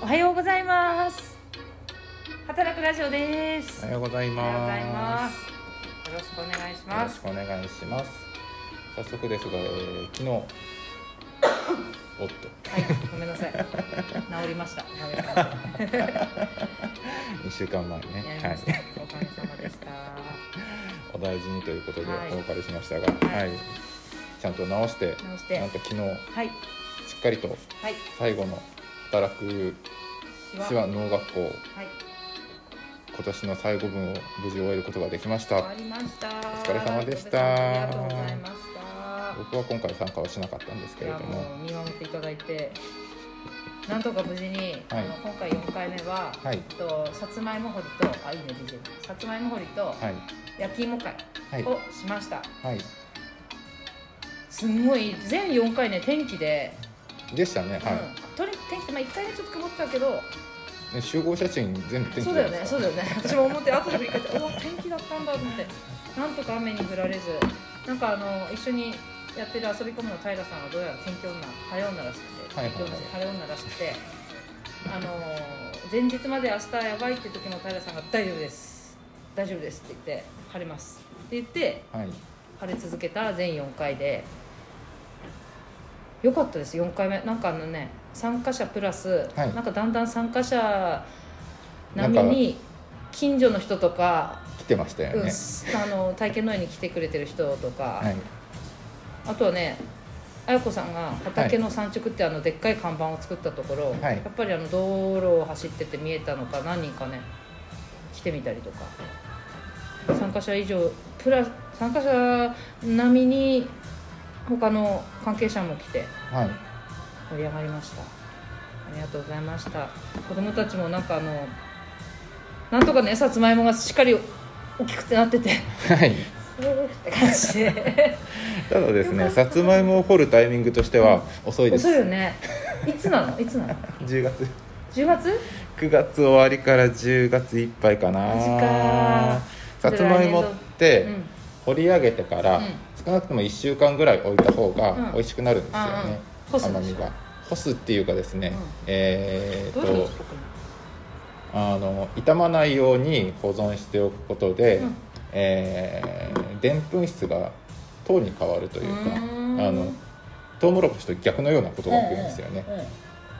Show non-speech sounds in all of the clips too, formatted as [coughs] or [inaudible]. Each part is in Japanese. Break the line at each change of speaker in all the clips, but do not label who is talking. おはようございます働くラジオです
おはようござい
おはようご
ま。
ざいますすよろしくお願いし
よろ
ま
し
す
くお願いします。早速ですが、えー昨日 [coughs] おっと
はい、ごめんなさい治りましたおかげさま
2週間前ね
でや、りま
はい [laughs]
した、おかげさまでした
お大事にということで
はい
お別れしましたが、はいい、ちゃんと直して、
直して
なんと昨日
はい
しっかりと
はい
最後の働く
シワ
手話農学校
はい
今年の最後分を無事終えることができまし
終
た
わ。りましたお
疲れ様でした
ありがとうございました
僕は今回参加はしなかったんですけ
い
れ
や
ど
も
も、
う見守っていただいてなんとか無事に、あの今回4回目は、
はい
えっとさつまいも掘りとあいいね DJ さつまいも掘りと
はい
焼き芋会
はい
をしました、
はい
すんごい全4回ね天気で、
でしたね。
うん
は
とり天気で、まあ、1回目ちょっと曇ってたけど
い、ね集合写真全部天気
そう
じ
だよ
ゃないで
ね
す
そう
か
だよね私も思って後で振り返ってお天気だったんだと思ってなんとか雨に降られずなんかあの一緒にやってる遊び込むの平さんはどうやら天気女晴れ女らしくて、
はいはいはい
天気女晴れ女らしくてあの前日まで明日やばいって時も平さんが「大丈夫です大丈夫です」って言って「晴れます」って言って
はい。
晴れ続けた全4回でよかったです4回目なんかあのね参加者プラス、
はい
なんかだんだん参加者
な
並
んか
みに近所の人とか、
来てました
う
よ
ん
ね。
あの体験のように来てくれてる人とか、
はい。
あとはね綾子さんが畑の産直ってあのでっかい看板を作ったところ、
はい
やっぱりあの道路を走ってて見えたのか何人かね来てみたりとか参加者以上プラス参加者並みに他の関係者も来て
はい。
盛り上がりましたありがとうございました子供たちもなんかあのなんとかねさつまいもがしっかり大きくてな
[laughs]
ってて
はい。
すごいって [laughs] 感じで。
ただです
よ
ね、
かった
さつまいもを掘るタイミングとしては遅いです。
遅いよねいつなのいつなの
10月、
10月
9月終わりから10月いっぱいか
マジか
な。さつまいもって掘り上げてから、
うん
少なくとも1週間ぐらい置いた方
うん
が美味しくなるんですよ
うんうん
ね。
干すんで
甘
しょ
みが。干すっていうかですね、
うん
えー
ど
っ
ういう
と
こと
あの傷まないように保存しておくことで、
うん
えーでんぷん質が糖に変わるというか
うーん
あのトウモロコシと逆のようなことが起きるんですよね、
うんうん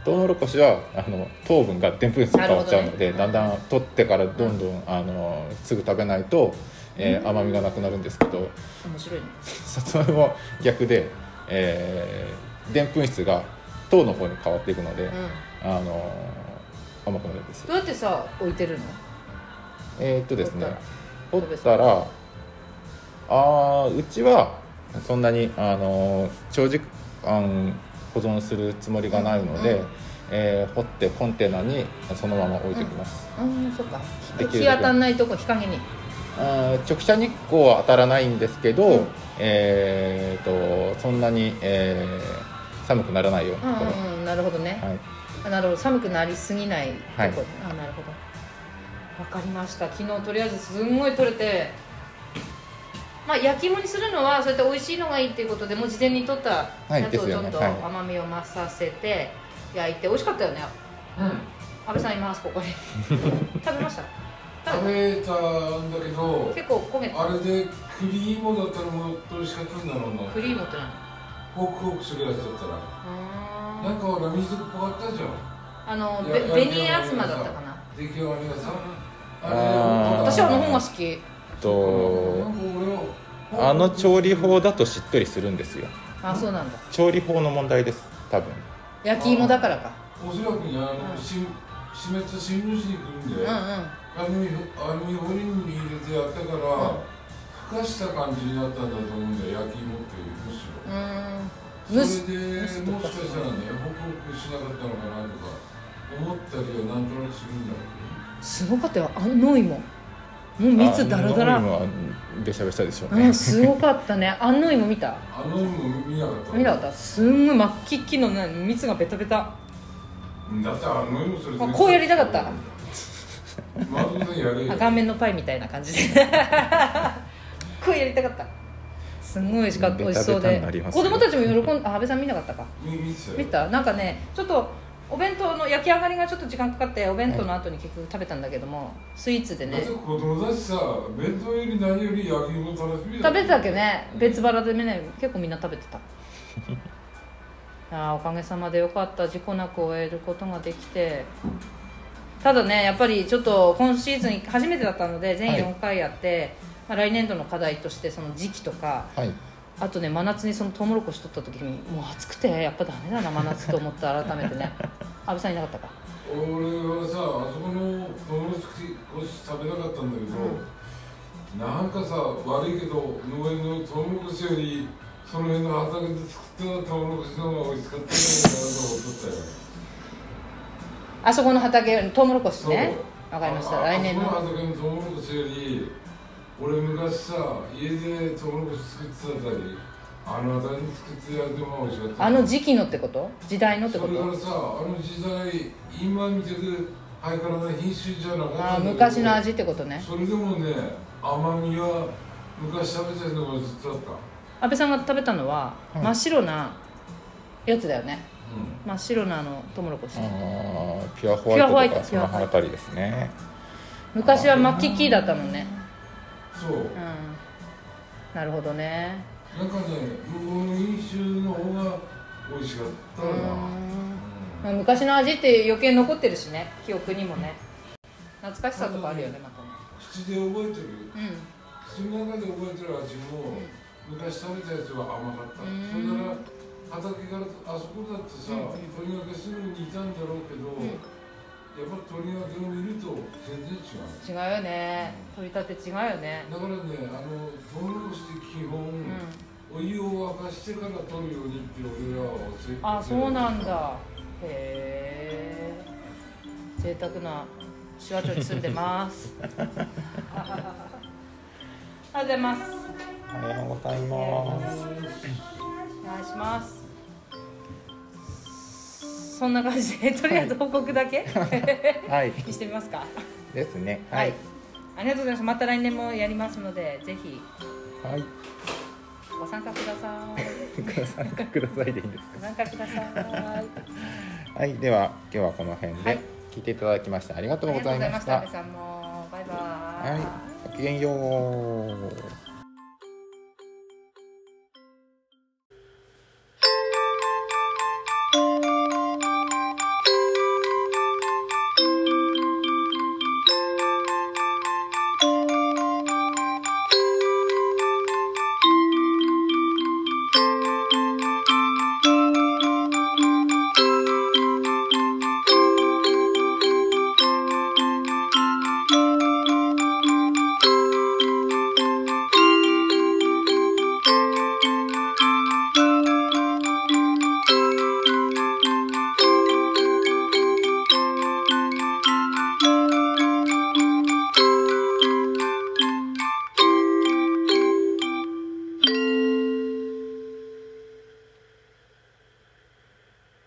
トウモロコシはあの糖分がでんぷん質に変わっちゃうので、
なるほ
だ
ど
ん
ね
だん取ってからどんどん、あのすぐ食べないと、えー
うん
甘みがなくなるんですけど
面白いね
さつまいもは逆でえーでんぷん質が糖の方に変わっていくので、あの甘くなるんですよ
どうやってさ置いてるの
えーっとですね
掘
掘
っ
っ
ら
たたらあーうちはそんなにあのー長時間保存するつもりがないので、
うんうん
えー掘ってコンテナにそのまま置いてきます、
うんそっか
でき
日
る
当たんないとこ日陰に
あー直射日光は当たらないんですけど、
うん
えーっとそんなに、えー寒くならないよう
う
なところ、
んうんなるほどね
はい、
あなるほど寒くなりすぎないとこ
は
あ
い
なるほどわかりました昨日とりあえずすんごい取れてまあ焼き芋にするのはそうやって美味しいのがいいっていうことでもう事前に取った
はい
やつを
です
ちょ
よ
っ
ね
と
はい
甘みを増させて焼いて美味しかったよね安倍さんいますこ
[laughs]
こに食べました
食べたんだけど
結構焦げた
あれでクリームだったらもっと美味しかったんだろうな
クリームってなの
ホクホクするやつだったら
あ
なんかほら水っぽかったじゃ
ーあの
ん
べ
や
紅あずまだったかな
出来上がりがさあれ
あー
私はあの本が好き
と
なんか俺を
あの調理法だとしっとりするんですよ
あそうなんだ
調理法の問題です多分
焼き芋だからか
おそらくねあの、し湿った新聞紙にくるん
うん
で、
うん
アルミアルミホイルに入れてやったから、ふかした感じになったんだと思うんだよ焼き芋っていうむしろ
うーん
それ
蒸
ですもしかしたらねホクホクしなかったのかなとか思ったりはなんとなくするんだ
すごかったよあの芋もう蜜だらだ
あ
ら
の今べしゃべしゃでしょう
う
ね
んすごかったねあの芋見た
けどあの芋見なかった
見なかったすんごい真っ黄っきのね蜜がベタベタ
だってあの芋それ
あこうやりたかった
まずやれ
[laughs]
よ
あ顔面のパイみたいな感じでこうやりたかったすんごい美味しかった美
ベタベ
味
タ
しそうで
になります
子
よ
供たちも喜んであ安倍さん見なかったか
見見てたよ
見たなんかねちょっとお弁当の焼き上がりがちょっと時間かかってお弁当の後に結局食べたんだけどもスイーツで
だっ
ね
て子供だしさ弁当より何より焼き芋楽しみだ
食べてたけどね別腹でね結構みんな食べて
[laughs]
たあーおかげさまでよかった事故なく終えることができてただねやっぱりちょっと今シーズン初めてだったので全
はい
4回やって、まあ、来年度の課題としてその時期とか
はい
あとね真夏にそのトウモロコシ取った時にもう暑くてやっぱダメだな真夏と思った改めて
[laughs]
ね安部さんいなかったか
俺はさあそこのトウモロコシ食べなかったんだけど、なんかさ悪いけど農園のトウモロコシよりその辺の畑で作ったトウモロコシの方が美味しかったんじゃないかなと思っとったよ
あそこの畑トウモロコシね
そ
わ
う
かりました
あ
来年
あそこ
の
の畑のトウモロコシより俺昔さ家でトウモロコシ作ってたあたりあの辺りに作ってやるのが美味しかった
あの時期のってこと時代のって
そ
こ
れから
と
さあの時代今見てるハイカラな品種じゃなかった
あ
んだけ
ー
ど
昔の味ってことね
それでもね甘みは昔食べてるのがずっとあった
安倍さんが食べたのは、
はい
真っ白なやつだよね
う
真っ白なあのトウモロコシ
あーピュアホワイトと
ピュアホワイト
かそのあたりですね
昔はマッキキーだったもんね
んそう
うんなるほどね
なんかね向こうの飲酒の方が美味しかったな、
うん昔の味って余計残ってるしね記憶にもね懐かしさとかあるよねまたね
口で覚えてる
うん
口の中で覚えてる味も昔食べたやつは甘かった、
うん
それから畑からあそこだって
う
さ、
んうん
とりわけすぐにいたんだろうけど、
ん
やっぱとりわけを見ると全然違
違う
う
よね取り立て違うよね
だからねあのトウモロコシって基本、
うん
お湯を沸かしてから取るようにって俺らは教えて
あそうなんだへえ贅沢な手話町に住んでます [laughs] ありがとうございます
おはようござい
お願
ます
いします。そんな感じで、とりあえず報告だ
[laughs]
け、
はい
にしてみますか。
ですね
はい。ありがとうございます。また来年もやりますので、ぜひ
はい [laughs]
ご参加ください。
ご参加くださいでいいんです
ご参加くだ
[laughs]
さい。
かはいでは今日はこの辺
は
で
い
聞いていただきましてありがとうございまし
ありがとうございました。安
た
部さんもバイバイ。
はいごきげんよう